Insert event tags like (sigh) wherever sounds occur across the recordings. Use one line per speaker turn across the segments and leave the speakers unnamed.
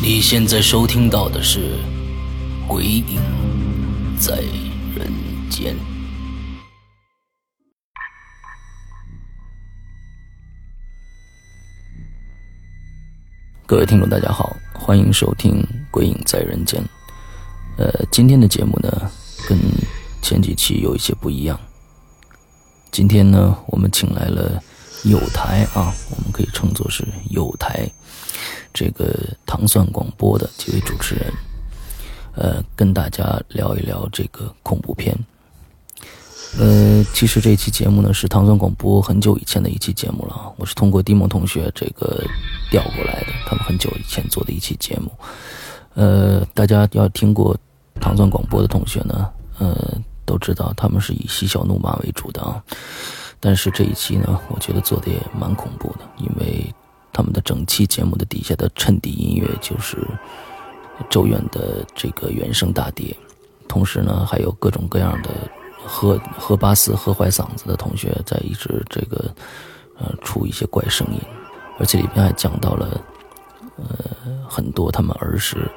你现在收听到的是《鬼影在人间》。各位听众，大家好，欢迎收听《鬼影在人间》。呃，今天的节目呢，跟前几期有一些不一样。今天呢，我们请来了友台啊，我们可以称作是友台这个糖蒜广播的几位主持人，呃，跟大家聊一聊这个恐怖片。呃，其实这期节目呢是糖蒜广播很久以前的一期节目了啊，我是通过迪蒙同学这个调过来的，他们很久以前做的一期节目。呃，大家要听过糖蒜广播的同学呢，呃，都知道他们是以嬉笑怒骂为主的啊。但是这一期呢，我觉得做的也蛮恐怖的，因为他们的整期节目的底下的衬底音乐就是咒怨的这个原声大碟，同时呢，还有各种各样的喝喝巴斯喝坏嗓子的同学在一直这个呃出一些怪声音，而且里面还讲到了呃很多他们儿时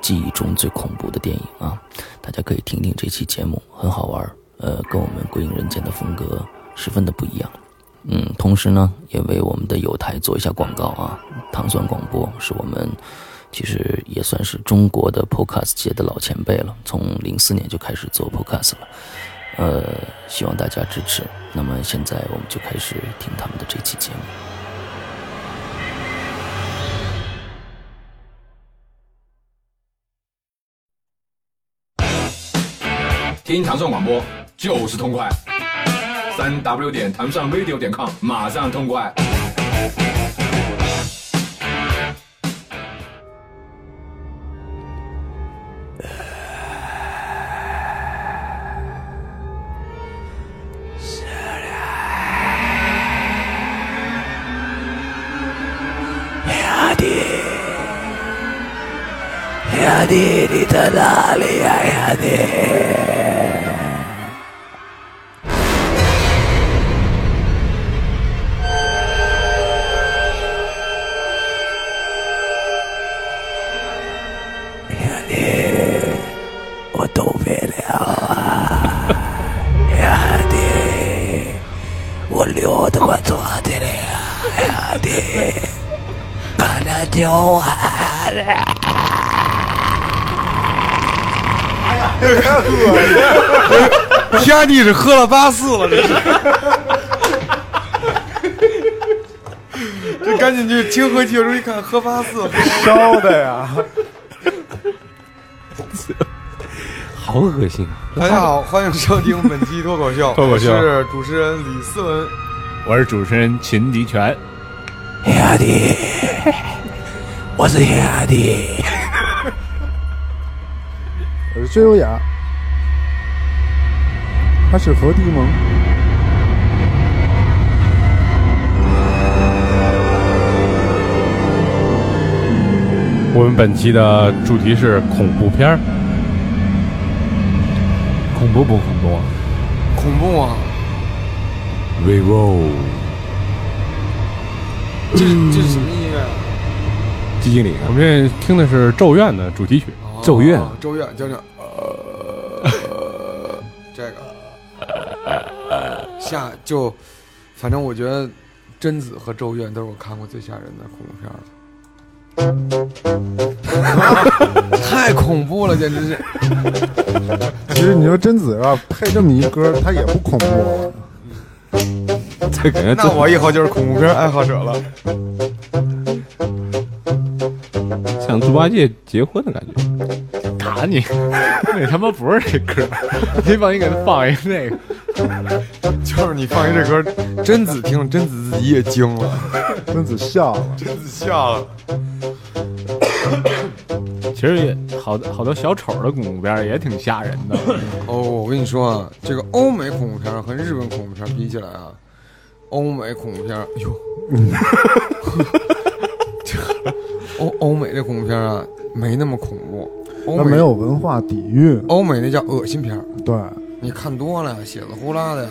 记忆中最恐怖的电影啊，大家可以听听这期节目，很好玩儿，呃，跟我们《鬼影人间》的风格十分的不一样。嗯，同时呢，也为我们的友台做一下广告啊。糖蒜广播是我们其实也算是中国的 podcast 界的老前辈了，从零四年就开始做 podcast 了。呃，希望大家支持。那么现在我们就开始听他们的这期节目。
听糖蒜广播就是痛快，三 w 点糖蒜 radio 点 com 马上痛快。
亚弟，亚弟，你在哪里呀、亚弟？亚弟，我动不了啊！亚弟，我流的我抓的了呀，亚弟。把它丢完了。
天地是喝了八四了，这
(laughs)
是。这赶紧去清河汽车一看，喝八四了，
烧的呀！
(laughs) 好恶心啊！
大家好，欢迎收听本期脱口秀，
脱口秀
我是主持人李思文。
我是主持人秦迪全，
亚弟，我是亚弟，
我是薛优雅，他是何迪蒙。
我们本期的主题是恐怖片儿，恐怖不恐怖啊？
恐怖啊！
vivo
这是这是什么音乐啊？
基经理，我们这听的是《咒怨》的主题曲，
咒怨，哦咒怨，就是呃，这 (laughs) 个下就，反正我觉得《贞子》和《咒怨》都是我看过最吓人的恐怖片了。 (laughs) 太恐怖了，简直 (laughs) 是！
其实你说贞子啊，配这么一歌，他也不恐怖。
这感觉
那我以后就是恐怖片爱好者了。
像猪八戒结婚的感觉。
打你，那他妈不是这歌，你帮你给他放一个那个。
就是你放一这歌， (laughs) 贞子听了，贞子自己也惊了，
贞子笑了，
贞子 (laughs) 笑了。
其实也好多好多小丑的恐怖片儿也挺吓人的，
哦，我跟你说啊，这个欧美恐怖片儿和日本恐怖片儿比起来啊，欧美恐怖片儿，哎呦，这 (laughs) 欧欧美的恐怖片儿啊，没那么恐怖，欧
他
美
没有文化底蕴，
欧美那叫恶心片儿，
对，
你看多了呀，血的呼啦的呀，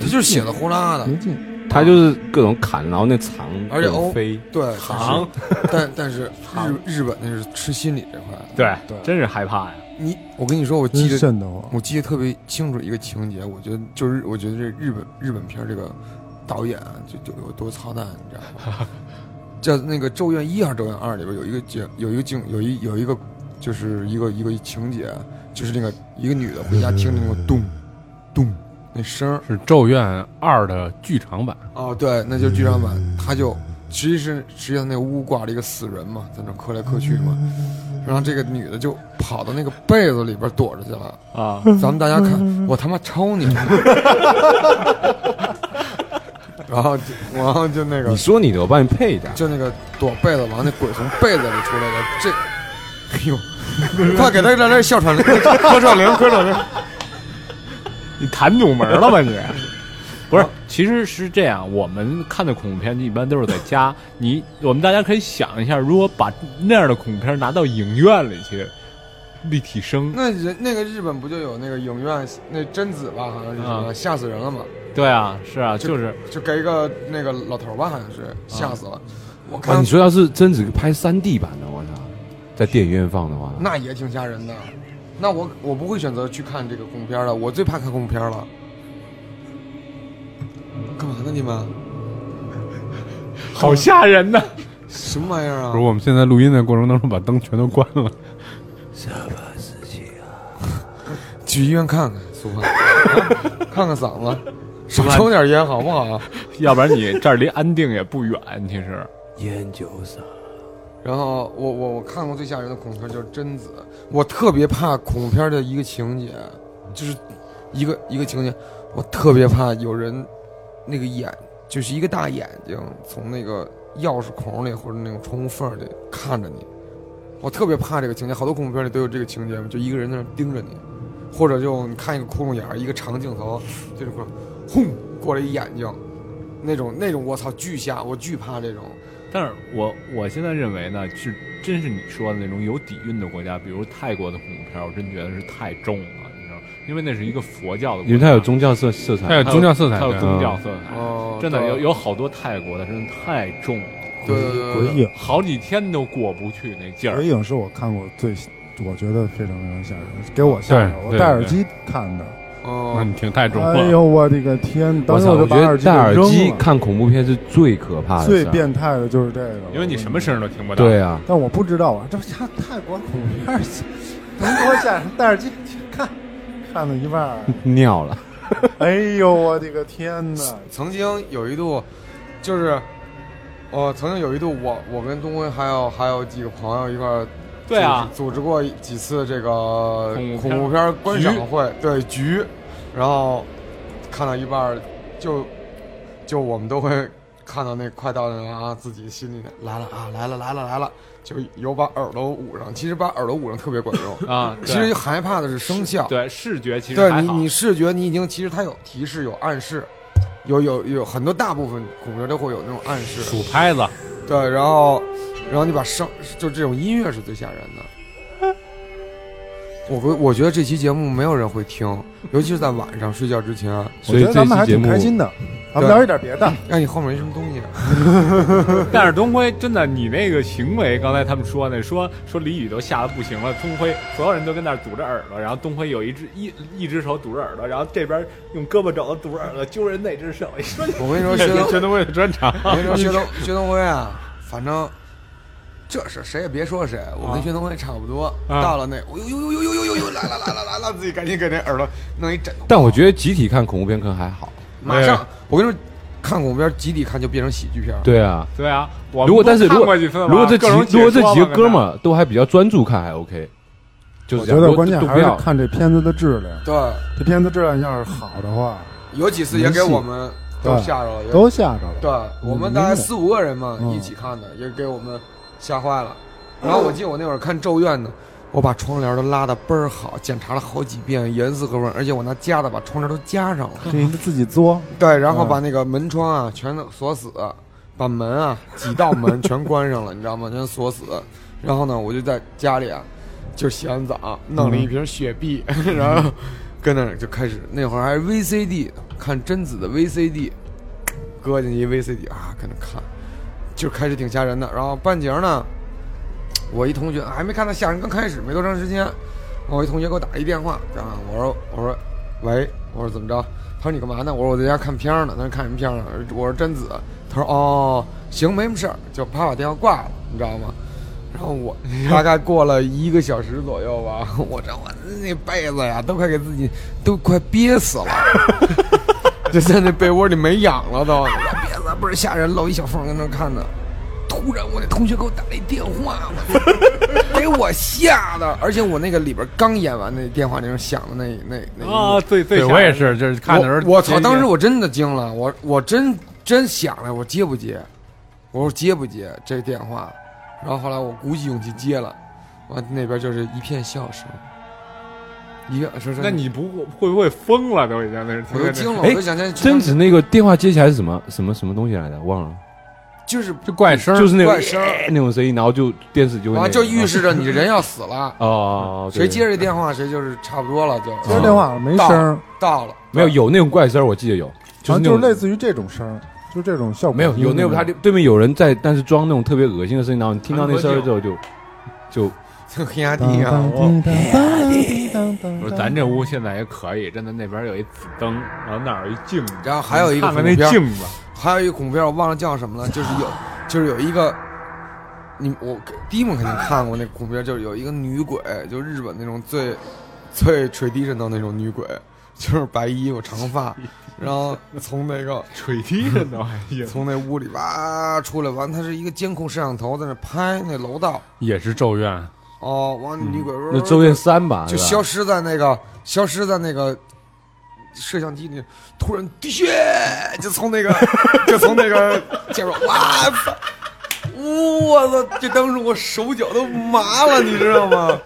它就是血的呼啦的，
没劲。
他就是各种砍，然后那藏，
而且
各种
欧
飞，
对，
行，
但 (laughs) 但是日日本那是吃心理这块的，
对
对
真是害怕呀。
你我跟你说，我记
真
得
瘆得慌。
我记得特别清楚一个情节，我觉得就是我觉得这日本日本片儿这个导演啊，就就有多操蛋，你知道吗？叫那个《咒怨一》还是《咒怨二》里边有一个景，有一个景，有一有一个就是一个一个情节，就是那个一个女的回家听那个咚咚那声儿，
是《咒怨二》的剧场版，
哦，对，那就是剧场版，他就实际是实际上那屋挂了一个死人嘛，在那磕来磕去嘛，然后这个女的就跑到那个被子里边躲着去了。
啊，
咱们大家看，我他妈抽你！然后就，然后就那个
你，说你的，我帮你配一下。
就那个躲被子王那鬼从被子里出来的，这，哎呦，快给他来点哮喘铃，咳
(laughs)
喘铃，咳喘铃。
你弹弩门了吧你？ (laughs) 不是，其实是这样，我们看的恐怖片一般都是在家。你我们大家可以想一下，如果把那样的恐怖片拿到影院里去，立体声，
(laughs) 那人那个日本不就有那个影院那贞子吧，好像是什么
啊
吓死人了嘛？
对啊，是啊，
就
就是
就给一个那个老头儿吧，好像是吓死了。我
啊，
看
你说要是贞子拍三 D 版的，我操，在电影院放的话，
那也挺吓人的。那我我不会选择去看这个恐怖片儿了，我最怕看恐怖片儿了。干嘛呢你们？
好吓人呐、
什么玩意儿啊
不是？我们现在录音的过程当中把灯全都关了，
去医院看看，苏 (laughs) 胖，看看嗓子，少抽点烟好不好？
(laughs) 要不然你这儿离安定也不远，其实
烟酒嗓，
然后我我我看过最吓人的恐怖片就是《贞子》，我特别怕恐怖片的一个情节，就是一个一个情节，我特别怕有人那个眼就是一个大眼睛从那个钥匙孔里或者那种窗户缝里看着你，我特别怕这个情节，好多恐怖片里都有这个情节嘛，就一个人在那盯着你，或者就你看一个窟窿眼儿，一个长镜头，就这块儿轰过来一眼睛，那种那种我操巨吓，我巨怕这种。
但是我我现在认为呢，是真是你说的那种有底蕴的国家，比如泰国的恐怖片，我真觉得是太重了，你知道吗？因为那是一个佛教的国家，
因为它有宗教色色它彩
有
啊，
它
宗教色彩，啊
它有宗教色彩，
哦，
真的
对
有有好多泰国的真的太重了，
对对对
鬼
对
影，
好几天都过不去那劲儿
鬼。影是我看过最，我觉得非常非常吓人，给我吓的。
对
我
对
戴耳机看的，
那
哦
你，听太重了。
哎呦我的个天！当时
操，
就
我觉
把
得
机
戴耳
给
机
扔了。
看恐怖片是最可怕的事儿，
最变态的就是这个了，
因为你什么声儿都听不到，
对啊，
但我不知道啊，这不像泰国恐怖片儿， (laughs) 能给我吓人？戴耳机去看，看到一半儿，
尿了，
哎呦我的个天哪！
曾经有一度，就是，哦，曾经有一度我，我跟东辉还有还有几个朋友一块儿，
对啊
组织，组织过几次这个
恐怖片，
恐怖片儿观赏会，对局，然后看到一半儿就就我们都会看到那快到那啊，自己心里来了啊，来了来了来了，就有把耳朵捂上，其实把耳朵捂上特别管用
啊，
(laughs)
对
其实害怕的是声效，
对视觉其实
对
还
你，
好，
你视觉你已经其实它有提示、有暗示，有有有很多大部分恐怖片都会有那种暗示。
数拍子，
对，然后然后你把声就这种音乐是最吓人的。我不我觉得这期节目没有人会听，尤其是在晚上睡觉之前。
我
所以
觉
这
得咱们
期
还
节
挺
目
开心的，咱们
对
聊一点别的。
哎，你后面没什么东西，
但是东辉真的，你那个行为，刚才他们说那说说李宇都吓得不行了，东辉所有人都跟那儿堵着耳朵，然后东辉有一只一一只手堵着耳朵，然后这边用胳膊肘子堵着耳朵揪人那只手，你说你
我跟你说，
这
薛东，
全都为了专场，
我跟你说，薛东，薛东辉啊，反正这事谁也别说谁，我跟薛东辉差不多。到了那，哎呦呦呦呦呦呦呦，来了来了来了，自己赶紧给那耳朵弄一枕头。
但我觉得集体看恐怖片可能还好，
马上，我跟你说，看恐怖片集体看就变成喜剧片了。
对啊，
对啊，我
如果但是如
看
果
过几次吧，
如果这几
各种
如果这几个
解说吧
哥们儿都还比较专注看还 OK，就是
我
这
觉
样
得
如果
关键
都
还
不
是
要
看这片子的质量。
对，
这片子质量要是好的话，
有几次也给我们都吓着了，有
都吓着了。
对我们大概
嗯
四五个人嘛
嗯
一起看的，也给我们吓坏了。然后我记得我那会儿看《咒怨》呢，我把窗帘都拉的倍儿好，检查了好几遍严丝合缝，而且我拿夹子把窗帘都夹上了。
这你自己作，
对，然后
嗯
把那个门窗啊全都锁死，把门啊几道门全关上了，你知道吗？全锁死。然后呢，我就在家里啊，就洗完澡，弄了一瓶雪碧， (laughs) 然后跟那儿就开始。那会儿还是 VCD，看贞子的 VCD，搁进去一 VCD 啊，跟那看，就开始挺吓人的。然后半截儿呢，我一同学还没看到吓人，刚开始没多长时间，我一同学给我打一电话，啊，我说我说喂，我说怎么着？他说你干嘛呢？我说我在家看片儿呢。他说看什么片儿呢？我说贞子。他说哦，行，没什么事儿，就啪把电话挂了，你知道吗？然后我 (laughs) 大概过了一个小时左右吧，我这我那被子呀都快给自己都快憋死了， (laughs) 就在那被窝里没氧了都，憋死了倍儿吓人，露一小缝在那看呢。突然，我那同学给我打了一电话，我给我吓的，而且我那个里边刚演完那电话铃响的那那那一幕
啊，最最
对我也是，就是看的时候
我我操！当时我真的惊了，我我真真想了，我接不接？我说接不接这电话？然后后来我鼓起勇气接了，完那边就是一片笑声，一个说说
那你不会不会疯了都已经那是？
我都惊了，
哎
我都想见
贞子那个电话接起来是什么什么什么东西来的，忘了，
就是
就怪声
就是那个
怪声儿
哎那种声音，然后就电视就会那
完
个
啊就预示着你人要死了，
哦哦，哦
谁接？
对
这电话谁就是差不多了就
接电话没声儿，
到了，
啊
没有有那种怪声儿，我记得有，
好
是
像
那
就是
种
类似于这种声儿，就是这种效果。
没
嗯
有有那种他对面有人在，但是装那种特别恶心的声音，然后你听到那声儿之后
嗯
就就
就黑压低
当当
啊，我
当当当
不
当
是，咱这屋现在也可以，真的那边有一紫灯，然后那儿有一
(laughs)
镜子，
然后还有一个
看看
恐
那
怖片
镜子，
还有一个恐怖片，我忘了叫什么了，就是有，就是有一个，你我迪蒙肯定看过那恐怖片，就是有一个女鬼，就日本那种最最垂地震的那种女鬼，就是白衣服长发，然后从那个
垂地的都还行。
从那屋里哇出来，完它是一个监控摄像头在那拍那楼道，
(laughs) 也是咒怨，
哦，完那女鬼、
那咒怨三
哎
吧，
就是
吧
消失在那个消失在那个摄像机里，突然滴血，就从那个 (laughs) 就从那个结果，哇操！我操！这当时我手脚都麻了，你知道吗？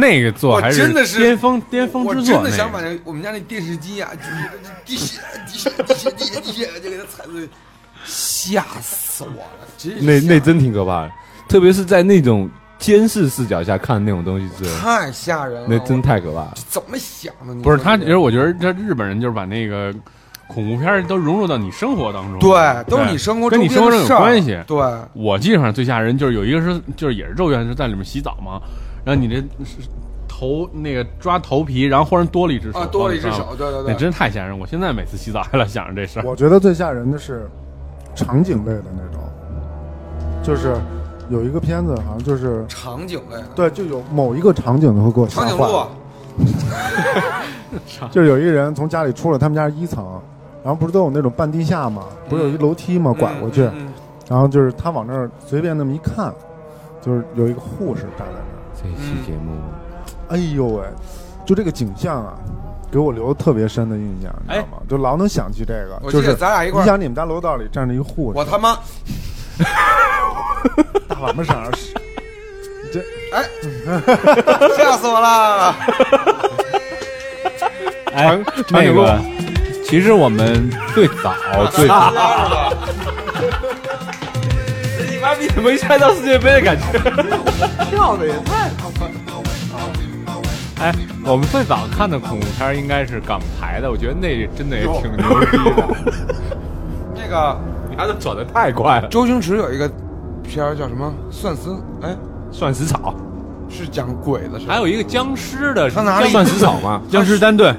那个做
我
还
真的是
巅峰巅峰
我
之作，
真的想把
那个
那我们家那电视机啊，就是滴血滴血滴血滴血滴血，就给它踩碎，吓死我了！真是
那
吓
那真挺可怕的，特别是在那种监视视角下看那种东西之后，
太吓人了，
那真太可怕了
(laughs)
我。怎么想的？你
不是
说
他，
这
其实我觉得这日本人就是把那个恐怖片儿都融入到你生活当中，
对，都是你生活
跟你
周边
生
的
活中有
事儿
关系。
对，
我记得上最吓人就是有一个是就是也是咒怨，是在里面洗澡嘛，然后你这头那个抓头皮，然后忽然多了一只手
啊，多了一只
你知道
手，
吗
对对
那
对，
真太吓人！我现在每次洗澡还老想着这事儿。
我觉得最吓人的是场景类的那种，就是有一个片子好像就是
场景类的，
对，就有某一个场景的会给我吓
长颈
坏。
鹿，
就是有一个人从家里出来，他们家是一层，然后不是都有那种半地下嘛，不是有一楼梯嘛，拐过去，
嗯嗯
然后就是他往那儿随便那么一看，就是有一个护士站在那
这期节目
儿，哎呦喂，就这个景象啊，给我留特别深的印象，你知道吗？就老能想起这个，
哎我
就
记得
是
咱俩一块
你
儿，
想你们家楼道里站着一护士
我，他妈，
大晚上儿，这
哎，吓死我了！
哎，那个， (laughs) 其实我们最早最早，
(laughs)
你妈逼怎么一下到世界杯的
(laughs)
感觉？跳的也太哎，我们最早看的恐怖片儿应该是港台的，我觉得那真的也挺牛
(laughs)
逼的。 (laughs)
那个
你看他转的太快了，
周星驰有一个片儿叫什么《算丝》，哎，
算死草，
是讲鬼的是吧？
还有一个僵尸的，
他哪里
僵尸草吗？僵尸丹顿，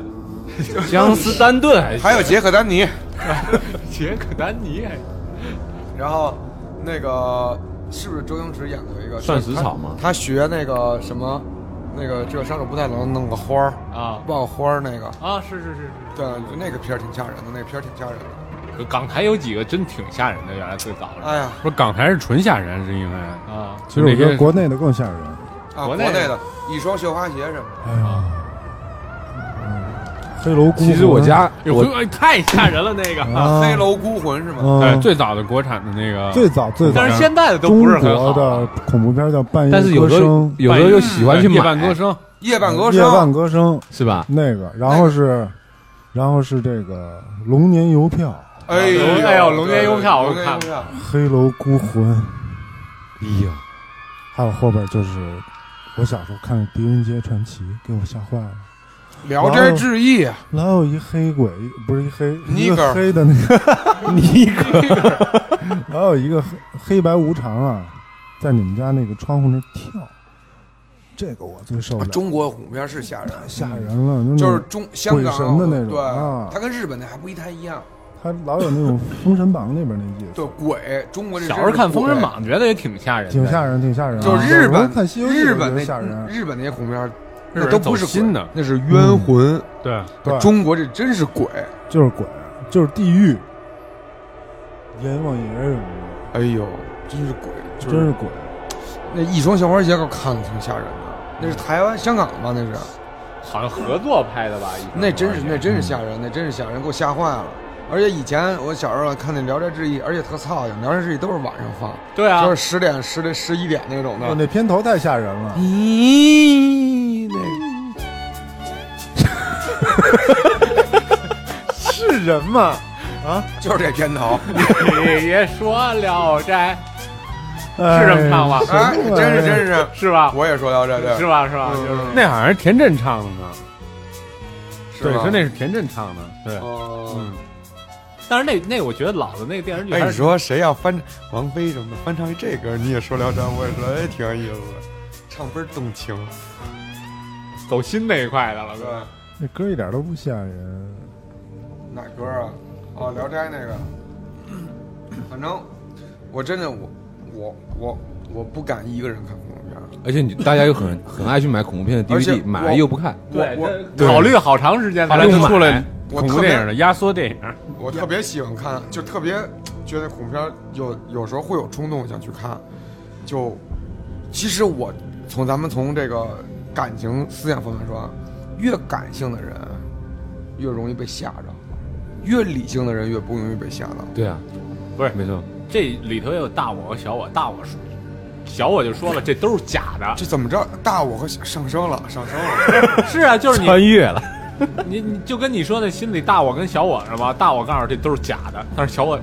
僵尸丹顿还
还有杰克丹尼，
杰克丹尼还
然后那个是不是周星驰演过一个
算死草吗？
他学那个什么，那个这杀手不太冷弄个花儿，
啊
爆花儿那个，
啊是是是是。
对，那个片儿挺吓人的，那个片儿挺吓人的。
港台有几个真挺吓人的，原来最早的
哎呀
不是港台是纯吓人，是因为
啊，
其实我觉
那
得
个
国内的更吓人。
啊，
国
国
内
内的一双绣花鞋什么的，
哎呀，嗯黑楼孤
其实我家我
哎太吓人了那个。
啊，
黑楼孤魂是吗？
哎
嗯，
最早的国产的那个，
最早最早
但是现在的都
中
不是很好
国的
了，
恐怖片叫《半夜
但是有
歌
时候
声》，
有时候又喜欢去
嗯
买
夜半歌声
夜半歌
夜半
声，
歌声
是吧？
那个，然后是，然后是这个龙年邮票、
哎呦
哎呦龙年邮票
对
我
对
看
龙年邮票
黑楼孤魂，
哎呦，
还有后边就是我小时候看《狄仁杰传奇》，给我吓坏了。
聊斋志异》啊
老有一黑鬼，不是一黑，一
尼格
个
尔
黑的那个
(laughs)
尼格尔， (laughs) 老有一个黑黑白无常啊，在你们家那个窗户那儿跳，这个我最受不
啊
了，
中国恐怖片是吓人，
吓人了，那种
嗯就是中香港
鬼神的那种
对
啊，
它跟日本那还不一太一样，
他老有那种《封神榜》里边那意思，
对鬼，中国这
小时
真
候
是
看《封神
鬼
榜》，觉得也挺吓人的，
挺吓人，挺吓人啊。
就是日
我
本
看《西游记》
日本
我觉
那
得吓人，啊
日本那些恐怖片儿，
日本
那都不
走
是
心
鬼
的，
那是冤魂。
对，
嗯对，
中国这真是鬼，
就是鬼，就是地狱，阎王爷什么的，
哎呦，真是鬼，就
真是鬼。
那一双小花鞋，给我看的挺吓人的。那是台湾、香港吧？那是，
好像合作拍的吧？一直
那真是，那真是吓人，那真是吓人，给我吓坏了。而且以前我小时候看那《聊斋志异》，而且特操心，《聊斋志异》都是晚上放，
对啊
就，是十点、十点、十一点那种
哇
的。
那片头太吓人了。
啊咦，那 (laughs)
是人吗？
就是这片头，
爷爷说聊斋
是
这么唱吗
哎，真是真是，
是吧？
我也说聊斋这，
是吧？是吧？
嗯
就是
那好像是田震唱的呢，
是
对，
吧
说那是田震唱的，对，
哦
嗯，
但是那那我觉得老的那个电视剧
哎，
还
你
是
说谁要翻王菲什么的翻唱一这歌，你也说聊斋，我也说，哎，挺有意思的，唱倍儿动情。
走心那一块的了，
对
对，
那歌一点都不吓人。
哪歌啊？哦，《聊斋》那个。反正我真的我我我我不敢一个人看恐啊怖片儿。
而且你大家又很很爱去买恐怖片的
而且
DVD，买了
我
又不看，
我
这考虑好长时间才
后来
能
就
买
出了
我
恐怖
特别
电影的压缩电影，
我我特别喜欢看，就特别觉得恐怖片儿有有时候会有冲动想去看。就其实我从咱们从这个感情思想方面说，啊，越感性的人越容易被吓着，越理性的人越不容易被吓到。
对啊，
不是
没错，
这里头也有大我和小我，大我说，小我就说了，这都是假的。
(laughs)
这怎么着？大我和小上升了，上升了。
(laughs)
是啊，就是你
穿越了，
你你就跟你说的心里大我跟小我是吧？大我告诉这都是假的，但是小我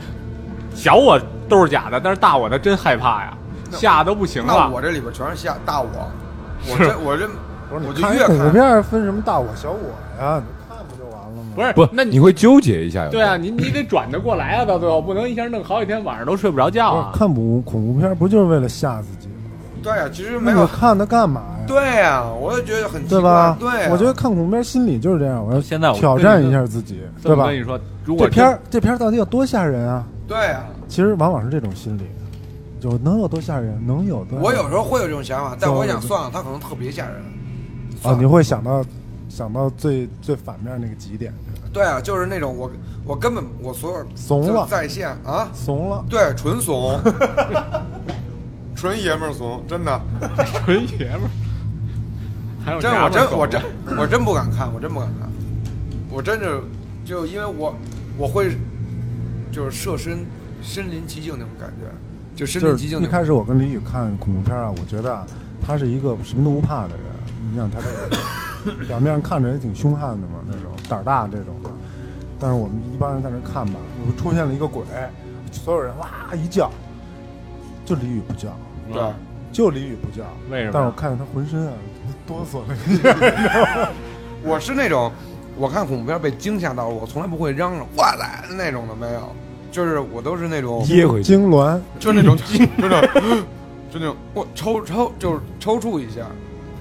小我都是假的，但是大我他真害怕呀，吓都不行
那
了
我。这里边全是吓大我，
(laughs)
我这我这
不是
我
你
就
看一
越
恐怖
看
片儿分什么大我小我呀？你看不就完了吗？
不是，
不，
那
你会纠结一下，有时
对
候
啊，你你得转得过来啊，到最后不能一下弄好几天，晚上都睡不着觉
不是
啊。
看恐恐怖片儿不就是为了吓自己吗？
对啊呀，其实没
那你
有
看它干嘛呀？
对呀，我就觉得很奇
对
怪
吧？
对啊呀，
我觉得看恐怖片儿心理就是这样，我要
现在我
挑战一下自己，
这
对
么
吧
跟？你说，如果
这
真
片儿这片儿到底有多吓人啊？
对呀，
其实往往是这种心理，有能有多吓人？能有多？
我有时候会有这种想法，但我想算了，他可能特别吓人。
嗯啊，你会想到想到最最反面那个极点，
对啊，就是那种我我根本我所有
怂了
在线啊，
怂了。
对，纯怂，
纯爷们儿怂，真的。
纯爷们儿，还有
真
娘
我
们儿
真
狗
我真我真不敢看，我真不敢看，我真是就因为我我会就是设身身临其境那种感觉，就身临
就
其
是
境
一
那种。
开始我跟李宇看恐怖片啊，我觉得啊，他是一个什么都不怕的人。啊你想他这个表面上看着也挺凶悍的嘛，那种
嗯
胆儿大这种的。但是我们一般人在那看吧，有时候出现了一个鬼，所有人哇一叫，就李宇不叫，
对。
就李宇不叫。
嗯为什么
但是我看见他浑身啊哆嗦了，
(laughs)
我是那种，我看恐怖片被惊吓到了，我从来不会嚷嚷“哇塞”那种的，没有，就是我都是那种，
噎回去，
痉挛。
就是那种， (laughs) 就是那种，就那种，我抽抽就是抽搐一下，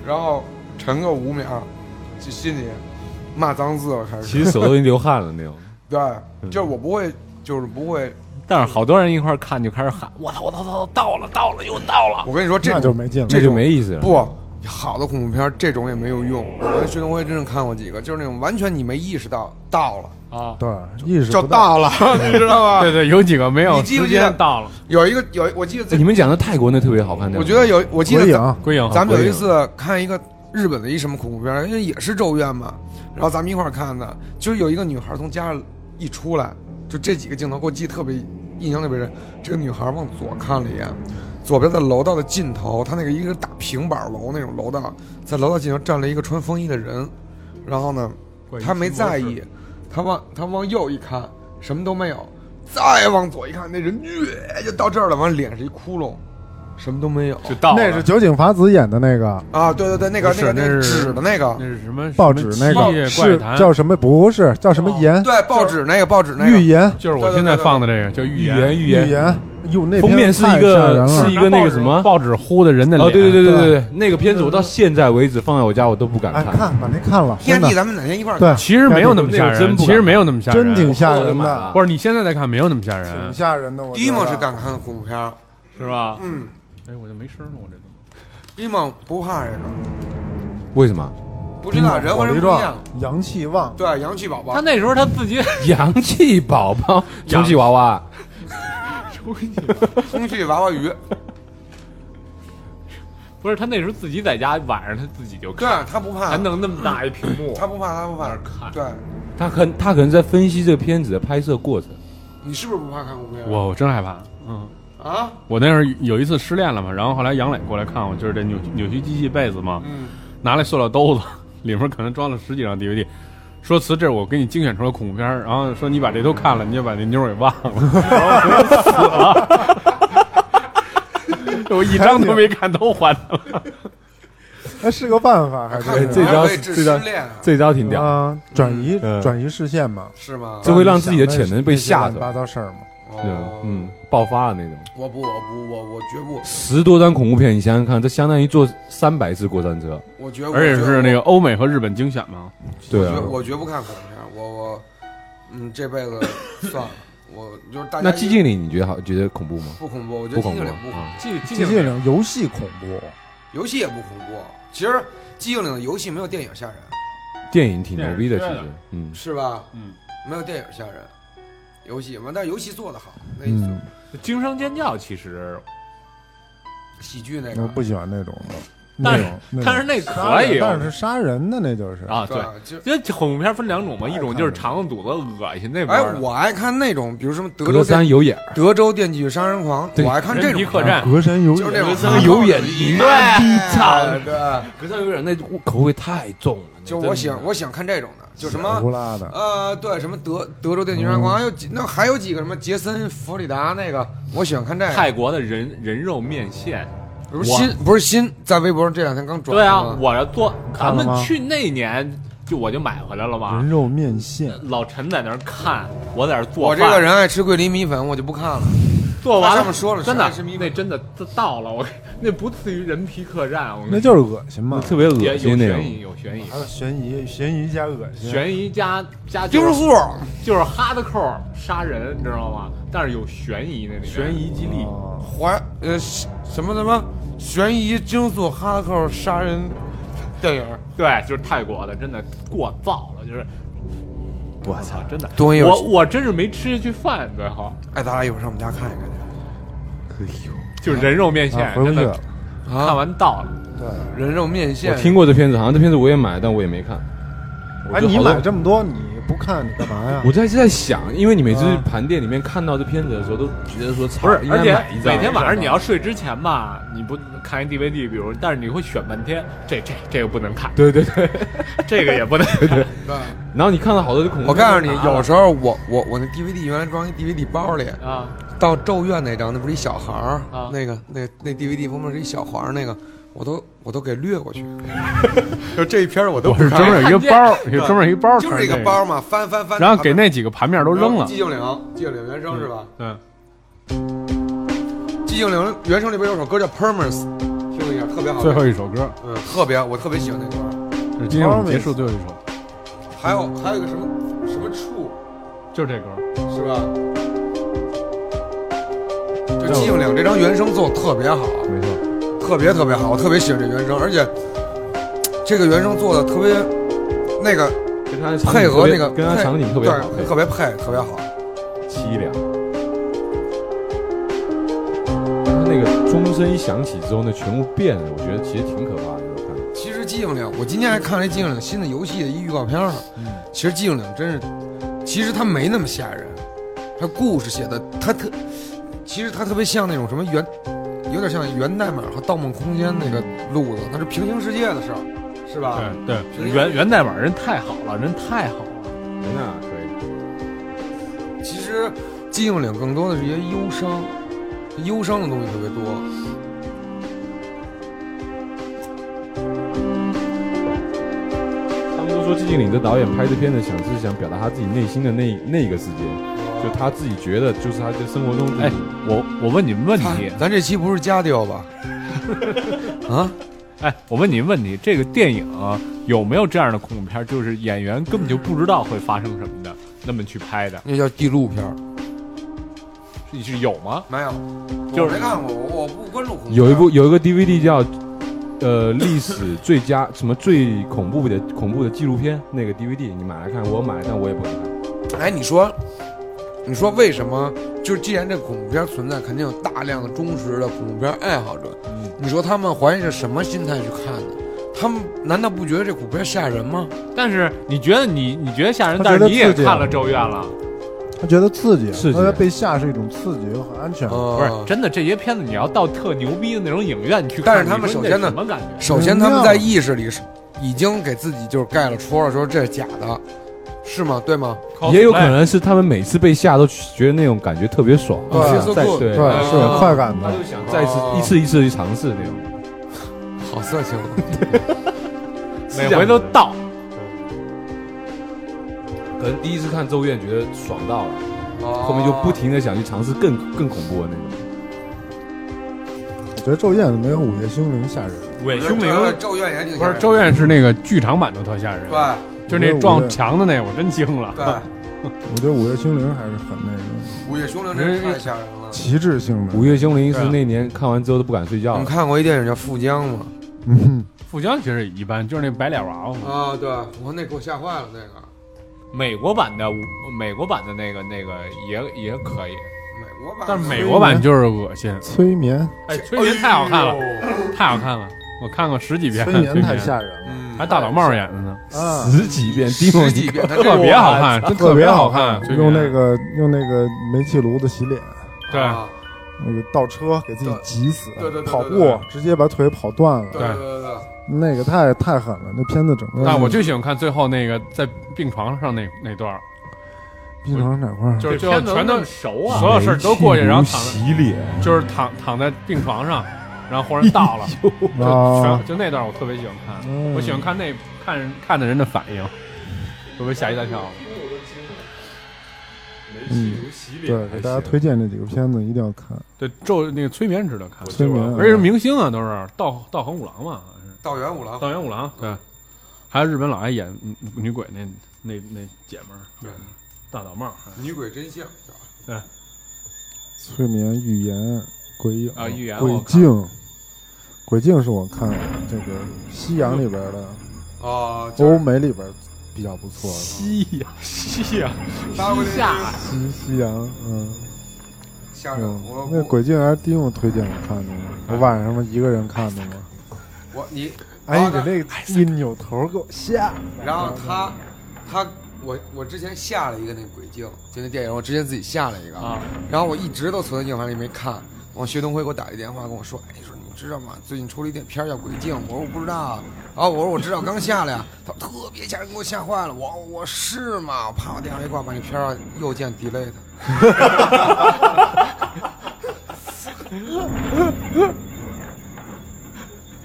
然后沉个五秒，就心里骂脏字了，开始。
(laughs)
其实手都已经流汗了那种。
对，就是我不会，就是不会。
但是好多人一块儿看就开始喊，我操我操我操，到了到了又到了，
我跟你说，这
那
种
就没劲了
这
那就
种
没意思了
不，好的恐怖片儿这种也没有用。我跟薛东辉真是看过几个，就是那种完全你没意识到到了
啊，
对，意识
就
不到。
到了， (laughs) 你知道吧？
对对，有几个没有
你记不
时
记得
间到了，
有一个有一，我记得
哎
咱
你们讲的泰国那特别好看，对吧
我觉得有，我记
鬼
得
影
咱
归影
咱们有一
次
次看一个日本的一什么恐怖片儿，因为也是咒怨嘛，然后咱们一块儿看的，就是有一个女孩从家一出来，就这几个镜头给我记得特别印象特别深。这个女孩往左看了一眼，左边在楼道的尽头，她那个一个大平板楼那种楼道，在楼道尽头站了一个穿风衣的人，然后呢，她没在意，她往她往右一看，什么都没有。再往左一看，那人越就到这儿了，完了脸是一窟窿，什么都没有。
就到了
那是九井法子演的那个
啊，对对对，那个
不
那
是
个那
那
个
是
纸的那个
那，是什么
报纸那
什么
个
七夜
是
怪谈，
叫什么？不是叫什么言？
哦对，报纸那个报纸那
预
个，
言，
就是我现在放的这个叫《预
预
言》，
言
预
预言。
言。哟，那
封面
片
是一
太吓
个
人了
是一个那个什么
报纸糊的人的脸，
哦，对对对对对
对
对，那个片子我到现在为止放在我家我都不敢
哎，
看，
看把那看了，
天
真
地，
的
咱们哪天一块儿看？
对，
其实没有那么吓
那个真
人，
不敢
其实没有那么吓人，
真挺吓
我的
人
妈
的
呀，
不是你现在再看没有那么吓
挺
人，
吓人的。我觉得
emo 是敢看恐怖片儿
是吧？
嗯
哎，我就没声了，我这都
，emo 不怕这个，
为什么？ (laughs)
不知
嗯
道人和人不一样。
阳气旺，
对，阳气宝宝
他，那时候他自己
洋气宝宝，充气娃娃，
充气娃娃
(laughs)
鱼，
不是他那时候自己在家晚上他自己就看，
对他不怕
还，弄那么大一屏幕，
他不怕，他不
在那儿
怕。
看
对，
他可能他可能在分析这个片子的拍摄过程。
你是不是不怕看恐怖片？
我我真害怕，嗯。
啊，
我那时候有一次失恋了嘛，然后后来杨磊过来看我，就是这扭扭曲机器被子嘛，
嗯，
拿来塑料兜子，里面可能装了十几张 DVD，说辞这是我给你精选出了恐怖片儿，然后说你把这都看了，你就把那妞儿给忘了， (laughs) 然后我就死了，我一张都没看，都还他了。
哎，是个办法，还
看
是
恐怖
哎这
片
招
可以治
这招
失恋啊
这招挺屌，
啊，转移
嗯
转移视线嘛，啊
是吗？
就会让自己的潜能被吓
那些乱七
着
八，糟事儿嘛。
哦，
嗯，爆发了那种。
我不，我不，我我绝不，
十多张恐怖片，你想想看，这相当于坐三百次过山车。
我绝不，
而且
我绝
是
不
那个欧美和日本精选嘛，
对
我
啊
绝，我绝不看恐怖片儿，我我，嗯，这辈子算了，我就是大家
那寂静岭你觉得好？觉得恐怖吗？
不恐怖，我觉
不
得寂
恐
静
怖
岭不恐怖，
啊，
寂
寂静岭游戏恐怖，
游戏也不恐怖。其实寂静岭的游戏没有电影吓人，
电影挺牛逼的，其
电影
实，
啊
嗯
是吧？
嗯，
没有电影吓人，游戏嘛，但是游戏做的好，那
嗯，
惊声尖叫其实，
喜剧那
我
个，
不喜欢那种的，
但
那
是
种那种
但是那
杀
可
人
以
啊但是杀人的那就是
啊，对。
对，就。
因为恐怖片分两种嘛，一种就是肠子肚子恶心那
哎
玩意，儿，
我爱看那种，比如什么德
隔
州
山
电
有眼儿，
德州电锯杀人狂，
对
我爱看这
人
种
皮
片
客
儿，
栈，
隔山有
就是那
眼，
种
山有眼
对，对，
隔山有眼那口味太重了。
就我喜欢我喜欢看这种的，就什么
胡拉
啊
的，
呃，对，什么德德州电锯
哦
杀人狂，还有几那还有几个什么杰森弗里达那个，我喜欢看这个。
泰国的人人肉面线。
不是新，不是新，在微博上这两天刚转
对
的
啊
吗，
我要做，咱
看了
们
吗
去那年就我就买回来了嘛
人。肉面线，
老陈在那儿看，嗯我在那儿做
我
饭。
这个人爱吃桂林米粉，我就不看了。
做完
他
了，
上面说了
真的
谁爱吃米，
那真的到了，我 (laughs) 那不次于人皮客栈，我
那
跟
就是恶心嘛，
特别
你
恶
也
心
有
那
悬
种。
疑，有悬疑，
还有悬疑，悬疑加恶心，
悬疑加加
丢
就是
素，
就是哈的扣杀人，你知道吗？但是有悬疑那里面，悬疑激励
哦
怀呃什么什么悬疑惊悚哈扣杀人电影，
对，就是泰国的，真的过燥了，就是我操，真的，
东西有
我我真是没吃下去饭，最后
啊
哎，咱俩一会儿上我们家看一看去。
就是人肉面线
啊，回不
真
去
的
了。
看完到了。
啊人肉面
我
线，
听过这片子，好像这片子我也买，但我也没看。
哎，
我就
你
好多
买这么多，你不看你干嘛呀？
我在在想，因为你每次
啊
盘店里面看到这片子的时候，都觉得说操
不是，
应
而
该
且
买一张
每天晚上你要睡之前吧，你不看一 DVD，比如，但是你会选半天，这这这个不能看，
对对对，
这个也不能看，
然后你看到好多就恐怖
(laughs) 我
片
告诉
儿
你
拿了，
有时候我我我那 DVD 原来装一 DVD 包里，
啊，
到咒怨那张，那不是一小孩儿、
啊
那个那那 DVD 封面是一小孩儿那个，我都我都给略过去。 (laughs) 就这一篇儿我都
(laughs) 我
不
是
看，
专门有一个包，有专门有一
(laughs)
包，
就是一个，包嘛，翻翻翻，
然后给那几个盘面都
然后
扔了
寂，静岭，寂静岭原声是吧？
嗯，
寂静岭原声里边有首歌叫《Permas》，听一下，特别好听。
最后一首歌，
嗯，特别，我特别喜欢那歌。
就是今天我们结束最后一首，
还有还有一个什么什么处
就是这歌，
是吧？就寂静岭这张原声做得特别好，
没错，
特别特别好，我特别喜欢这原声，而且这个原声做的特别那个
跟他的场景
配
特
合那
别
个
跟他
配
场景特别好，
对，特别配，特别好。
凄凉。他那个钟声一响起之后，那全部变了，我觉得其实挺可怕的。我看
其实寂静岭，我今天还看了一寂静岭新的游戏的一预告片呢。
嗯
其实寂静岭真是，其实它没那么吓人，它故事写的，它特，其实它特别像那种什么源，有点像源代码和盗梦空间那个路子，它是平行世界的事儿，是吧？
对对，源源代码人太好了，人太好了，
人啊，可以，
其实寂静岭更多的是一些忧伤，忧伤的东西特别多。
他们都说寂静岭的导演拍这片子，想是想表达他自己内心的那那个世界，就他自己觉得，就是他在生活中，
哎我我问你们问
哎
题，
啊咱这期不是加调吧？ (laughs) 啊，
哎，我问你问题，这个电影、啊有没有这样的恐怖片儿，就是演员根本就不知道会发生什么的，那么去拍的，
那叫纪录片儿，
你是有吗？
没有，
就
我
是
没看过，我我不关注恐怖片儿。
有一部有一个 DVD 叫呃历史最佳什么最恐怖的恐怖的纪录片那个 DVD，你买来看，我买了，但我也不敢看。
哎，你说，你说为什么？就是既然这恐怖片存在，肯定有大量的忠实的恐怖片爱好者。嗯你说他们怀着什么心态去看的？他们难道不觉得这恐怖片吓人吗？
但是你觉得你你觉得吓人，
他
但
觉得
是你也
刺激啊
看了《咒怨》了，
他觉得刺激，
刺激
他觉得被吓是一种刺激，又很安全。
不
不是真的。这些片子你要到特牛逼的那种影院你去看，
啊但是他们
你说
首先呢
那什么感觉？
首先他们在意识里是已经给自己就是盖了戳了，说这是假的，是吗？对吗？
哦
也有可能是他们每次被吓都觉得那种感觉特别爽，
对
想
接受
再
过
对，
对，
啊
是有快感
他
的。
就想再次
哦
一次一次去尝试那种。
好色情，
哎每回都到，
可能第一次看《咒怨》觉得爽到了，
哦
哦
后面就不停的想去尝试更更恐怖的那种。
我觉得《咒怨》没有《午夜凶铃》吓人，
伪
我觉得咒怨也挺
不
吓
是
人
咒怨是那个剧场版的特吓人，
对
就是那撞墙的那，我真惊了。
对，
我觉得《午夜凶铃》还是很那种
午夜凶铃真是太吓人了。
旗帜性的。
《午夜凶铃》是
对啊
那年看完之后都不敢睡觉
你
了
嗯
们。看过一电影叫《富江》吗？
嗯哼，
富江其实也一般，就是那白脸娃娃嘛。
啊，对，我那给我吓坏了那个。
美国版的美国版的那个那个也也可以。
美国版的，
但是美国版就是恶心，
催眠，
哎，催眠太好看了，太好看了，我看过十几遍。
催
催
眠太
眠，
吓人了
嗯
还大老帽演的呢，
啊！
十几遍，第
十几遍，他这
特别啊好看，真
特别
别
好
看。催眠
用那个用那个煤气炉子洗脸，
对
啊
那个倒车给自己急死，
对对对对
跑
对对
步直接把腿跑断
对
了，
对对对，
那个太太狠了，那片子整个。
但我就喜欢看最后那个在病床上那那段儿，
病床哪块儿？
就是最后
片子
全
那
都
么熟啊，
所有事儿都过去，然后躺在
洗脸，
就是
嗯
躺躺在病床上，然后忽然到了，就
(laughs) 啊
全，就那段我特别喜欢看，
嗯
我喜欢看那看人看的人的反应，会不会吓一大跳？
嗯，对，给大家推荐这几个片子一定要看。
对，咒那个催眠值得看，
催眠，嗯
而且是明星啊，都是道道行五郎嘛，好像是
道元五郎
道元五郎，对，还有日本老爱演嗯女鬼那那那姐们儿，
对，
大岛帽
(laughs)
哎
女鬼真相，
催眠、预言、鬼影
啊预言
鬼
我看
镜。鬼镜是我看这个西洋里边的，
哦，就
欧
是
美里边比较不错的。
西呀西
啊
呀，
八国联军
西西洋，嗯，
哎
吓人，我
嗯，那鬼镜还是丁我推荐我看的呢，我晚上一个人看的嘛。
我你，
哎，
啊
你那个一扭头给我吓！
然后他他我我之前下了一个那鬼镜，就那电影，我之前自己下了一个，
啊
然后我一直都存在硬盘里没看。我薛东辉给我打一电话跟我说：“哎，你说你知道吗？最近出了一电片儿叫《鬼镜》。”我说：“我不知道啊。”啊，我说：“我知道，刚下来呀。”他说特别吓人，给我吓坏了。我我是吗？我啪，我电话一挂，把那片儿又见 delay 的。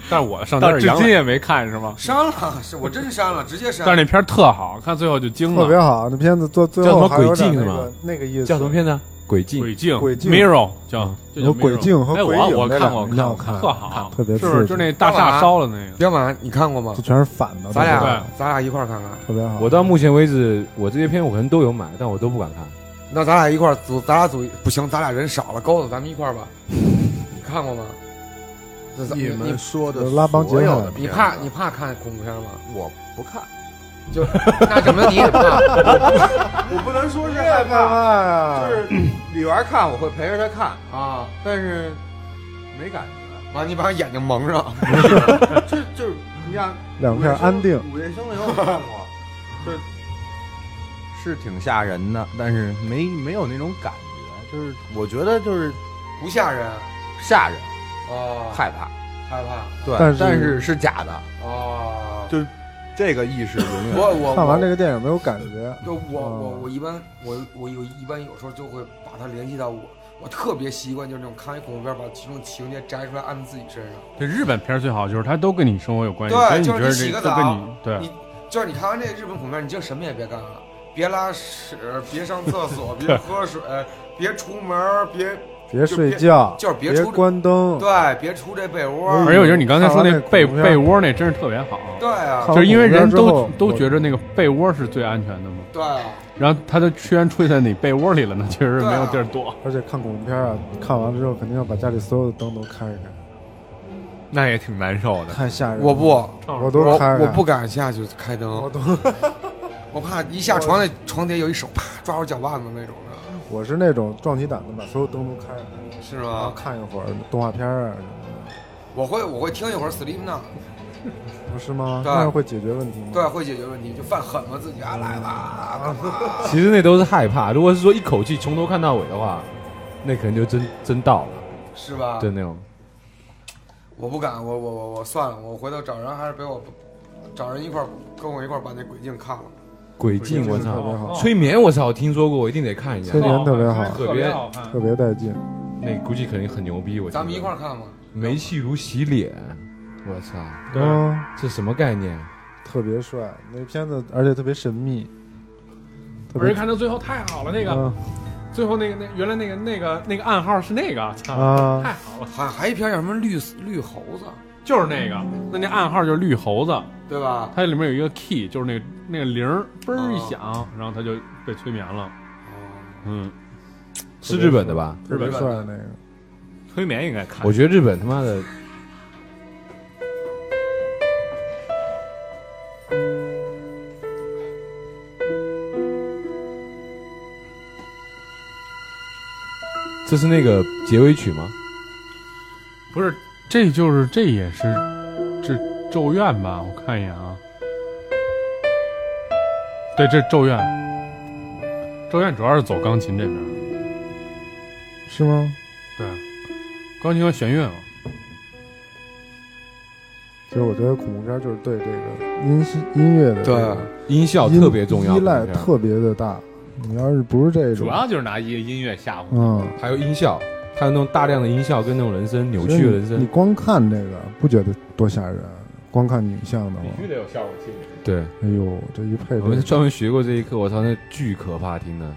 但是我上
到
那
至
杨
今，也没看是吗？
删了，是我真删了，直接删。
但是那片儿特好看，最后就惊了，
特别好，那片子最最
叫什
后
么
还有
鬼
点
镜
那
是吗
个那个意思。
叫什么片子啊？鬼镜。
鬼镜
鬼镜嗯
Mirror 叫这叫
有鬼
Mirror
镜和
哎
鬼
我
影
我
那
看
两
过，
个要
我
看
特好，
特别
是不
刺
是
激
就那大
干嘛
厦
啊
烧了那个？
彪马，你看过吗
这？全是反的。
咱
都
俩
是
咱俩一块儿看看，
特别好，
我到目前为止，我这些片我可能都有买，但我都不敢看。
那咱俩一块儿组，咱俩组不行，咱俩人少了，钩子咱们一块儿吧。你看过吗？那咱
你们说的
拉帮结
所有
派
的
你
片
怕
子
你怕看恐怖片吗？
我不看，
就那证明你也怕。
(laughs) 我不能说是害怕，就是李媛看我会陪着她看，
啊
但是没感觉，
完，你把眼睛蒙上，
就就是你像
两片安定，
午夜凶铃我看过， (laughs) 就是是挺吓人的，但是没没有那种感觉，就是我觉得就是
不吓人
吓人
哦，
害怕，
害怕
对，
但
但
是
是是假的，
哦。
就是这个意识永远
我我
看完这
个，
个电影没有感觉，
就我我
嗯
我一般我我有一般有时候就会把它联系到我，我特别习惯就是那种看完恐怖片把其中情节摘出来按自己身上。
这日本片儿最好就是它都跟你生活有关系，
对
所以你
就
觉
是
得
你洗
这
个
都跟
澡
你对
你就是你看完这日本恐怖片，你就什么也别干了，别拉屎，别上厕
(laughs)
所，别喝水，别出门，别
别睡觉，
就是别
别
出
关哎灯，
对，别出这被窝。
而且我觉得你刚才说那被
看完那恐怖片
被窝那真是特别好，
对啊
看，
就是因为人
看完
都
恐怖片之后
都觉着那个被窝是最安全的嘛，
对啊，
然后他都居然吹在你被窝里了呢，确实是没有地儿躲。
而且看恐怖片啊，看完了之后肯定要把家里所有的灯都开一开，
那也挺难受的。
太吓人了。
我不，
我都
我
开开
我不敢下去开灯，
我
我
都 (laughs)
怕一下床那床底下有一手啪抓住脚腕子那种的，
我是那种壮起胆子把所有灯都开开，
是
然后
吗？
看一会儿动画片啊什么
嗯我会我会听一会儿 Sleep Now，
的，不是吗？
对
那样会解决问题吗？
对，会解决问题，就犯狠了自己啊，来吧，干嘛？
其实那都是害怕。如果是说一口气从头看到尾的话，那可能就真真到了，
是吧？
啊
就那种。
我不敢，我我我我算了，我回头找人还是陪我，找人一块儿跟我一块儿把那鬼镜看了。
鬼镜，我
特别
操！
好，
催眠，我操！听说过，我一定得看一下
催。眠啊特别好，
特别好
看
特别带劲。
那估计肯定很牛逼。我
咱们一块儿看吧。
煤气如洗脸，我操！
嗯，
这什么概念？
特别帅，那片子而且特别神秘，特
而
别
且看到最后太好了，那个
嗯
最后那个那原来那个那个那个暗号是那个，操
啊，
太好了，
好像还一片叫什么绿绿猴子，
就是那个，那那暗号就是绿猴子，
对吧？
它里面有一个 key，就是那个那个铃儿嘣儿一响，然后他就被催眠了。嗯，
是日本的吧？
特别
日本
帅那个。
催眠应该看
我觉得日本他妈的这是那个结尾曲吗？
不是，这就是这也是这咒怨吧？我看一眼啊，对，这咒怨，咒怨主要是走钢琴这边，
是吗？
对，钢琴和弦乐嘛。
其实我觉得恐怖片就是对这个音音乐的这个
音效
音
特别重要，
依赖
这片儿
特别的大。你要是不是这种，
就是拿一个音乐吓唬
嗯，
还有音效，还有那种大量的音效跟那种人声扭
所以
曲的
你
人
你
声，
光看这个不觉得多吓人，光看影像的话，
得有效果器。
对
哎呦，这一配
我们
置，
专门学过这一课，我操，那巨可怕，听的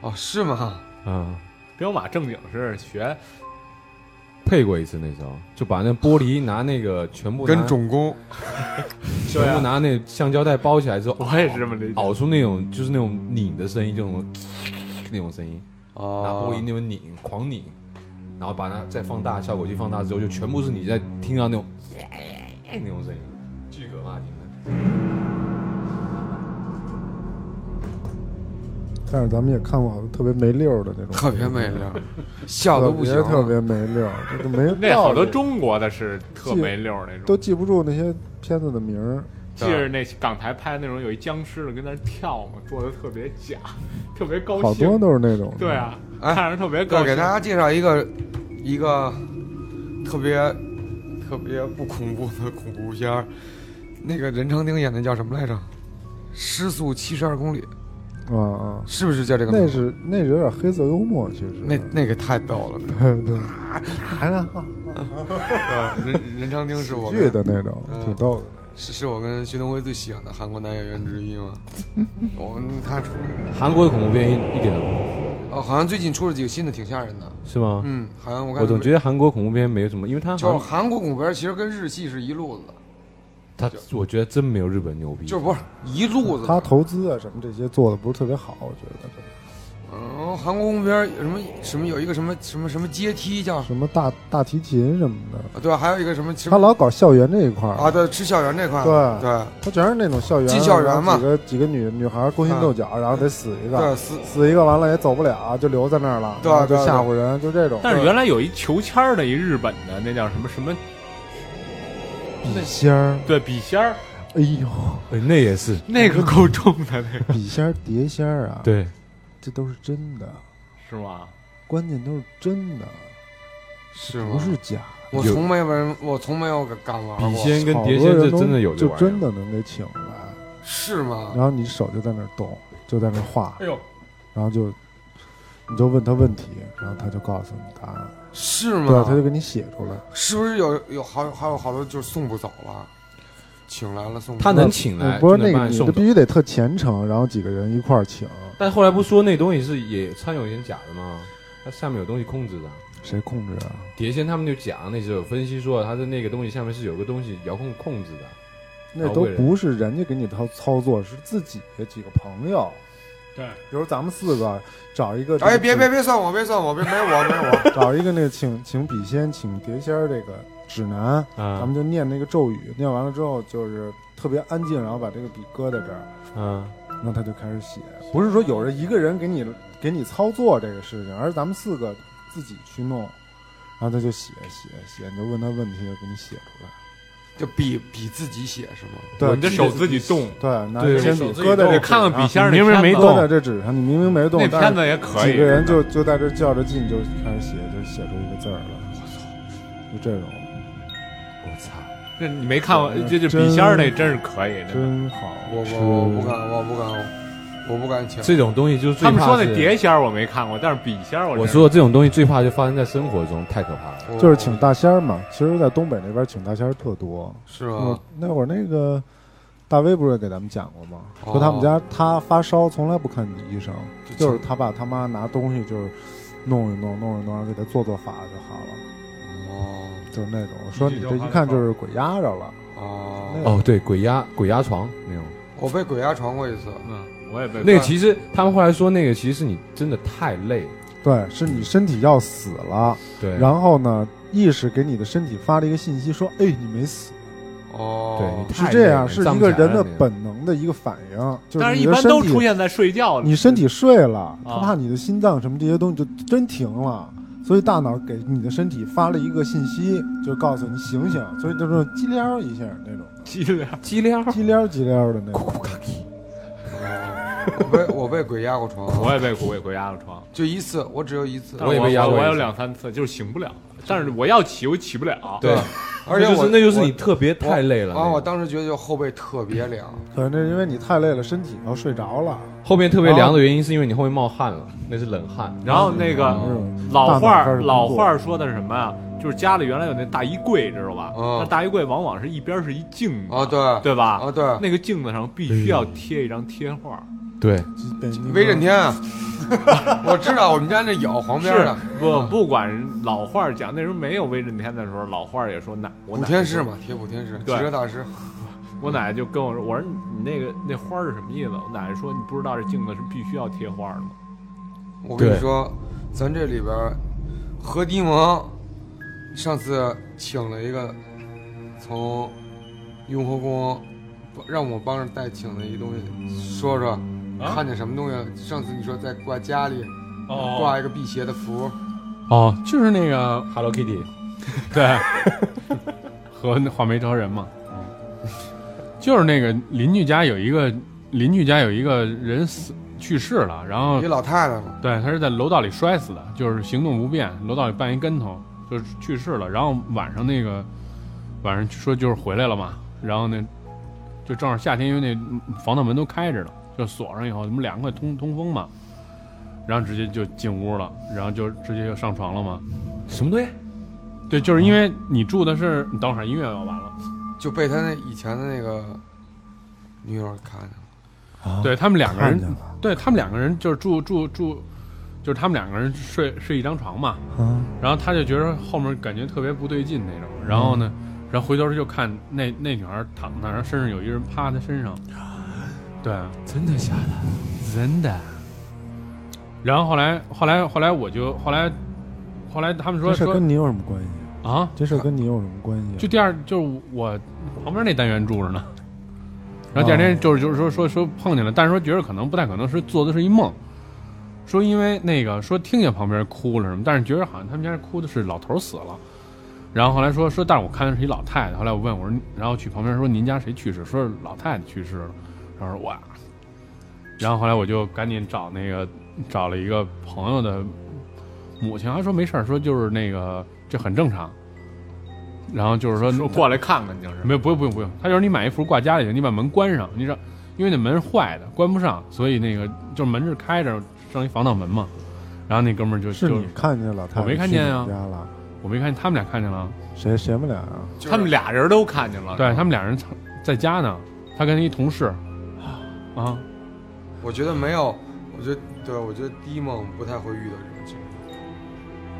哦，是吗？
啊，
彪马正经是学
配过一次那时候，就把那玻璃拿那个全部拿
跟种
(laughs)
工
全部拿那橡胶带包起来之后，
啊
哦
我也是这么理解。
熬出那种就是那种拧的声音，就那种那种声音，拿玻璃
哦，
那种拧，狂拧，然后把它再放大，效果器放大之后，就全部是你在听到那种那种声音，巨可怕，听的。
但是咱们也看过好多特别没溜儿的那种，
特别
(laughs)
美丽，笑的
特
不
别
行啊了，
特别没溜儿，这都没道理
那好多中国的是特没溜儿那
都
种，
记不住那些片子的名儿。
记着那港台拍那种有一僵尸的跟那儿跳嘛，做的特别假， (laughs) 特别高兴。
好多都是那种，
对，啊，
哎
看着特别高
对，
兴。
给大家介绍一个一个特别特别不恐怖的恐怖片儿，那个任长丁演的叫什么来着？失速七十二公里，
啊啊，
是不是叫这个名
那
字？
是那是有点黑色幽默，其实
那那个太逗了，
(laughs) 对对，还能
任任长丁是我嗯
剧
跟
的那种，挺逗的。
是是我跟徐东辉最喜欢的韩国男演员之
(laughs)
一吗？我他出
韩国的恐怖片一一点都不
哦，好像最近出了几个新的，挺吓人的。
是吗？
嗯，好像我看
我总觉
得
得韩国恐怖片没有什么，因为它
就是
好像
韩国恐怖片其实跟日系是一路子的，
它我觉得真没有日本牛逼，
就是不是一路子的。
他投资啊什么这些做的不是特别好，我觉得这
嗯，韩国恐怖片儿有什么什么有一个什么什么什么阶梯叫，啊
什么大大提琴什么的，
对吧？还有一个什么什
他
么
老搞校园这一块儿
啊，，对，吃校园这块，
对
对
他全是那种校园，
进校园嘛
然后
嗯
几个几个女女孩勾心斗角，然后得死一个，
对，死
死一个完了也走不了，就留在那儿了，
对
然后就
对
吓唬人，就这种。
但是原来有一求签儿的，一日本的，那叫什么什么？
笔仙儿，
对，笔仙儿，
哎呦，
那也是
那个够重的，那个
笔仙儿、碟仙儿啊，，
对，
这都是真的，
是吗？
关键都是真的，
是吗
不？是假的。
我从没玩，我从没有敢玩过，
笔仙跟
好
碟
多
仙
人
这
都
真的有这
就
玩意
真
儿，
的能给请来，
是吗
然？后你手就在那儿动，就在那儿画，
哎呦，
然后就你就问他问题，然后他就告诉你答案，
是
对，啊他
吗？
就给你写出来。
是不是有有好还有好多就是送不走了，请来了送不
他
走
能请来，
嗯不是
就能
那
把
个，
你
你
送
就
走
必。须得特虔诚，然后几个人一块儿请，
但后来不说那东西是也掺有一些假的吗？它下面有东西控制的。
谁控制啊？
碟仙他们就讲，那时候有分析说，它的那个东西下面是有个东西遥控控制的。
那
老
都
贵人
不是人家给你操操作，是自己的几个朋友。
对，
比如咱们四个找一个，
哎，别别，别算我，别算我，别没我没我。
(laughs) 找一个那个请请笔仙、请碟仙儿这个指
啊
南，咱们就念那个咒语，念完了之后就是特别安静，然后把这个笔搁在这儿，
嗯，
然后他就开始写。不是说有人一个人给你给你操作这个事情，而是咱们四个自己去弄，然后他就写写写，你就问他问题，就给你写出来。
就比比自己写是吗？
对，
你的手自己动，
对，拿
对
铅笔搁在
我
这，
看看笔仙儿那明明没
你
动
搁在这纸上，你明明没动
那，
但
片
是
子也可以。
几个人就就在这较着劲，就开始写，就写出一个字儿来。我操，就这种，我操，
这你没看完，这
真
这笔仙儿那真是可以。真的
真好
我
吃。
我我不敢，我不敢，我不敢请。
这种东西就是最
他们
怕
说那
是
碟仙儿我没看过，但是笔仙儿我
我
知道
说的这种东西最怕就发生在生活中，太可怕了。
我
就是请大仙儿嘛，其实，在东北那边请大仙儿特多。
是
我
嗯
吗？
哦那会儿那个大威不是给咱们讲过吗？
哦
说他们家他发烧从来不看医生，
就
就是他爸他妈拿东西就是弄一弄弄一弄，然后给他做做法就好了，
哦
就是那种说你这一看就是鬼压着了。
哦，
那
哦，对，鬼压鬼压床那种，
我被鬼压床过一次，
嗯，我也被
那个其实他们后来说那个其实是你真的太累，
对，是你身体要死了，
对，
然后呢，意识给你的身体发了一个信息，说：“哎，你没死。
哦
对”，
是
太
这样，
累
是
了
一个
站不起来
人的
了那个
本能的一个反应，就是
但是
你
一
的
般
身
都出
体，
现在睡觉里。
你身体睡了，
啊
他怕你的心脏什么这些东西就真停了，所以大脑给你的身体发了一个信息，就告诉你醒醒，所以就是激撩一下那种，
激烈，
激撩，
激撩激撩的那种。
我被我被鬼压过床，
(laughs) 我也被鬼鬼压过床，
就一次，我只有一次
但，
我
是
也
我
被压过
我
一
有
次
两三次就是醒不了，但是我要起我起不了。
对，
而且
那就
我
是那就是
我
你特别太累了，
啊，
哦
我
那个
当时觉得就后背特别凉，
嗯
可能是因为你太累了，身体要睡着了，
后面特
哦
别凉的原因是因为你后面冒汗了，那是冷汗。
然后那个
嗯
啊老
大脑开
话
始
儿
工作
老话儿说的是什么呀？就是家里原来有那大衣柜，知道吧？
嗯
那大衣柜往往是一边是一镜子，
哦对
对吧？
啊对
那个镜子上必须要贴一张贴画，
对，
被那个
威震天啊， (laughs) 我知道我们家那有黄边
嗯是
的
不不管老话儿讲，那时候没有威震天的时候，老话儿也说哪我
补
奶
天师嘛，贴补天师，汽
对
车大师，
我奶奶就跟我说，我说你那个那花儿是什么意思？我奶奶说你不知道这镜子是必须要贴花儿的吗？
我跟你
对
说，咱这里边儿何迪蒙上次请了一个从雍和宫不让我帮着代请的一东西，说说、
啊
看见什么东西？上次你说在挂家里、
哦
挂一个辟邪的符，
哦，就是那个
Hello Kitty，
(laughs)
对，和那画眉超人嘛，就是那个邻居家有一个邻居家有一个人死去世了，然后
一老太太嘛，
对，他是在楼道里摔死的，就是行动不便，楼道里绊一跟头，就是去世了。然后晚上那个晚上说就是回来了嘛，然后那就正好夏天，因为那防盗门都开着呢，就锁上以后，你们凉快通通风嘛，然后直接就进屋了，然后就直接就上床了嘛。
什么东西？
对，就是因为你住的是，你等会儿音乐要完了。
就被他那以前的那个女友看见了。
对他们两个
看
人
见，了
对他们两个人就是住住住，就是他们两个人睡睡一张床嘛。
啊，
然后他就觉得后面感觉特别不对劲那种，然后呢，
嗯
然后回头就看那那女孩躺那儿，然后身上有一人趴在身上，对，真的假的？真的。然后后来后来后来我就后来后来他们说
这事儿
说
跟你有什么关系？
啊，
这事儿跟你有什么关系？啊
就第二就是我旁边那单元住着呢，然后第二天就是就是说说说碰见了，但是说觉得可能不太可能是做的是一梦，说因为那个说听见旁边哭了什么，但是觉得好像他们家哭的是老头死了，然后后来说说，但是我看的是一老太太，后来我问我说，然后去旁边说您家谁去世？说是老太太去世了，然后说哇，然后后来我就赶紧找那个找了一个朋友的母亲，她说没事儿，说就是那个这很正常。然后就是说，
说过来看看就是。
没有，不用不用不用，他就是你买一幅挂家里去，你把门关上，你知道，因为那门坏的，关不上，所以那个就是门是开着，剩一防盗门嘛。然后那哥们儿就是就
你看见老太太
我没看见啊
去你家了，
我没看见他们俩看见了，
谁谁们俩啊？
他们俩人都看见了，
对他们俩人在家呢，他跟一同事，啊，
我觉得没有，我觉得对，我觉得第一梦不太会遇到这种情况。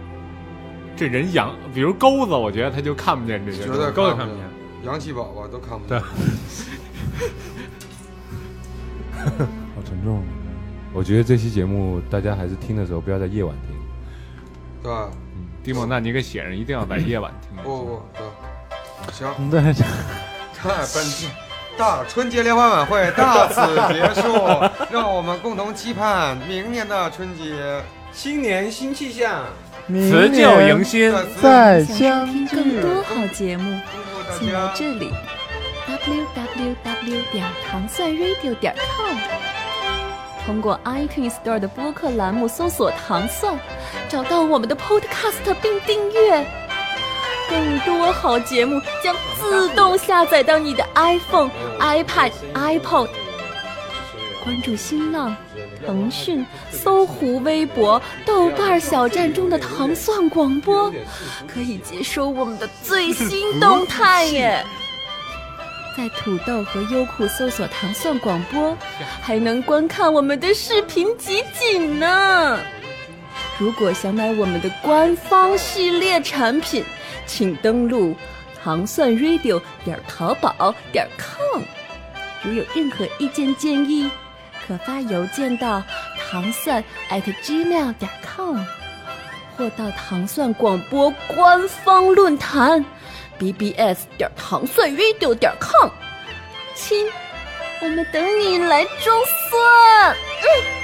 这人养，比如钩子，我觉得他就看不见这些
觉得
钩子
看
看
不
不见
见。洋气宝宝都看
(laughs)
不见。
好沉重啊。
我觉得这期节目大家还是听的时候不要在夜晚听。嗯
对，
蒂莫纳尼克写人一定要在夜晚听。
不不对，行，
(laughs)
你
(laughs)
在这
看本期大春节联欢晚会到此结束，让我们共同期盼明年的春节。
新年新气象。
辞旧迎
迎
新，
再
想
相
收听
聚。
更多好节目，
祝福大
请
家
来这里 www 点糖蒜 radio 点 com，通过 iTunes Store 的播客栏目搜索“糖蒜”，找到我们的 Podcast 并订阅。更多好节目将自动下载到你的 iPhone、iPad、iPod。关注新浪、腾讯、搜狐、微博、豆瓣小站中的糖蒜广播，可以接收我们的最新动态耶。 (laughs) 在土豆和优酷搜索“糖蒜广播”，还能观看我们的视频集锦呢。如果想买我们的官方系列产品，请登录糖蒜 radio 点儿淘宝点儿 com。如有任何意见建议，可发邮件到糖蒜 at gmail 点 com，或到糖蒜广播官方论坛 bbs 点糖蒜 radio 点 com。亲，我们等你来装蒜。嗯。